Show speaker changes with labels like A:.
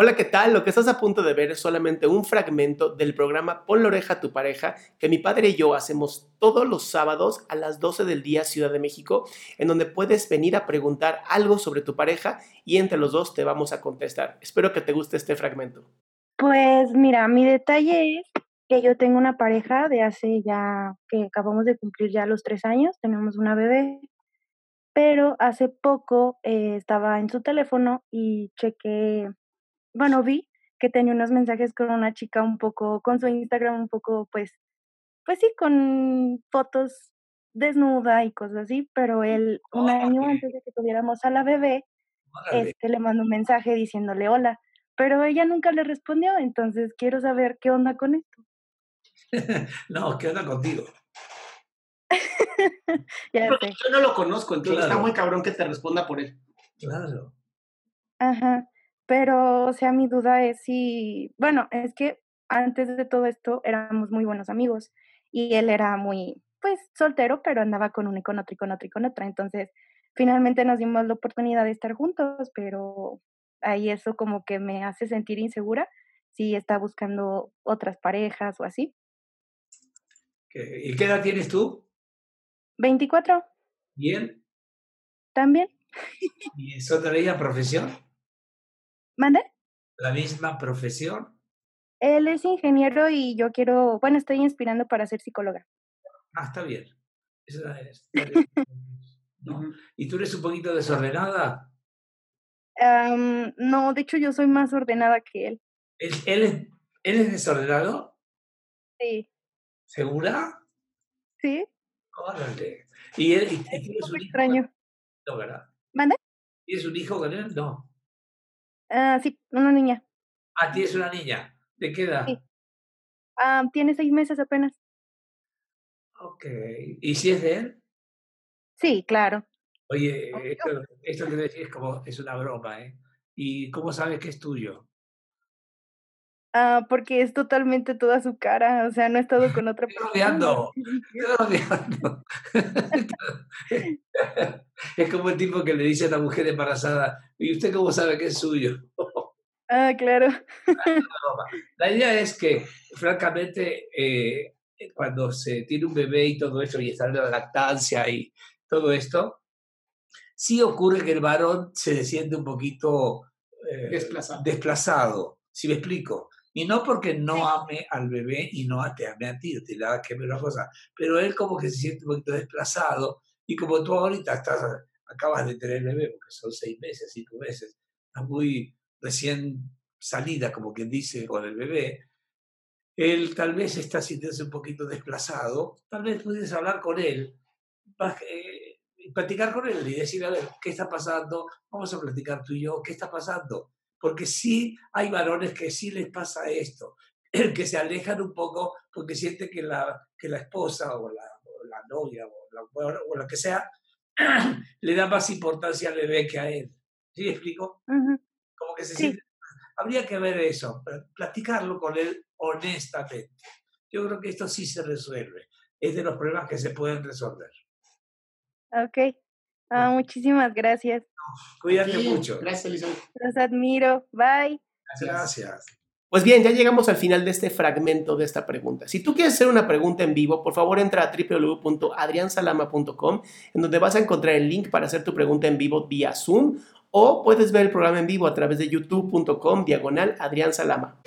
A: Hola, ¿qué tal? Lo que estás a punto de ver es solamente un fragmento del programa Pon la oreja a tu pareja que mi padre y yo hacemos todos los sábados a las 12 del día Ciudad de México, en donde puedes venir a preguntar algo sobre tu pareja y entre los dos te vamos a contestar. Espero que te guste este fragmento.
B: Pues mira, mi detalle es que yo tengo una pareja de hace ya, que acabamos de cumplir ya los tres años, tenemos una bebé, pero hace poco eh, estaba en su teléfono y chequé bueno, vi que tenía unos mensajes con una chica un poco, con su Instagram un poco, pues, pues sí, con fotos desnuda y cosas así, pero él, un año antes de que tuviéramos a la bebé, este, le mandó un mensaje diciéndole hola, pero ella nunca le respondió, entonces quiero saber qué onda con esto. Este
C: no, ¿qué onda contigo?
B: ya
A: Pero
B: sé.
A: Yo no lo conozco, entonces
C: Claro.
A: está muy cabrón que te responda por él.
C: Claro.
B: Ajá, pero, o sea, mi duda es si, bueno, es que antes de todo esto éramos muy buenos amigos y él era muy, pues, soltero, pero andaba con una y con otra y con otra y con otra. Entonces, finalmente nos dimos la oportunidad de estar juntos, pero ahí eso como que me hace sentir insegura si está buscando otras parejas o así.
C: ¿Qué- ¿Y qué edad tienes tú?
B: 24,
C: Bien.
B: también,
C: ¿Y es otra de ella profesión?
B: ¿mande?
C: ¿La misma profesión?
B: Él es ingeniero y yo quiero, bueno, estoy inspirando para ser psicóloga.
C: Ah, está bien. Eso da- está bien. ¿No? ¿Y tú eres un poquito desordenada?
B: Am, no, de hecho yo soy más ordenada que él.
C: ¿Él, él es, él es desordenado?
B: Sí.
C: ¿Segura?
B: Sí,
C: Órale. ¿Y, él, y- y tienes
B: poco
C: un hijo? con él?
B: extraño.
C: No, ¿verdad?
B: ¿Mande?
C: ¿Tienes un hijo con él? No.
B: Ah, sí, una niña.
C: Ah, tienes una niña. ¿De qué edad?
B: Sí. Ah, tiene seis meses apenas.
C: Ok. ¿Y si es de él?
B: Sí, claro.
C: Oye, eh,
B: Obvio.
C: esto, esto que decís es como es una broma, ¿eh? ¿Y cómo sabes que es tuyo?
B: Ah, porque es totalmente toda su cara. O sea, no he estado con otra
C: Estoy
B: persona.
C: rodeando. Estoy rodeando. Es como el tipo que le dice a la mujer embarazada, ¿y usted cómo sabe que es suyo?
B: Ah, claro.
C: La idea es que, francamente, eh, cuando se tiene un bebé y todo eso, y está en la lactancia y todo esto, sí ocurre que el varón se siente un poquito eh,
A: Desplazado.
C: desplazado, si me explico. Y no porque no ame al bebé y no te ame a ti, te la que me la cosa, pero él como que se siente un poquito desplazado y como tú ahorita estás, acabas de tener el bebé, porque son seis meses, cinco meses, estás muy recién salida, como quien dice, con el bebé, él tal vez está sintiéndose un poquito desplazado, tal vez pudieses hablar con él, más que- y platicar con él y decir, a ver, ¿qué está pasando? Vamos a platicar tú y yo, ¿qué está pasando? Porque sí hay varones que sí les pasa esto, que se alejan un poco porque sienten que la, que la esposa o la, o la novia o la, o la que sea le da más importancia al bebé que a él. ¿Sí me explico?
B: Ujú.
C: como que se
B: Sí.
C: siente- Habría que ver eso, pl- platicarlo con él honestamente. Yo creo que esto sí se resuelve. Es de los problemas que se pueden resolver.
B: Ok. Ah, muchísimas gracias.
C: Cuídate
A: Sí,
C: mucho.
A: Gracias, Elizabeth.
B: Los admiro. Bye.
C: Gracias.
A: Pues bien, ya llegamos al final de este fragmento de esta pregunta. Si tú quieres hacer una pregunta en vivo, por favor entra a www.adriansalama.com, en donde vas a encontrar el link para hacer tu pregunta en vivo vía Zoom, o puedes ver el programa en vivo a través de youtube.com diagonal Adrián Salama.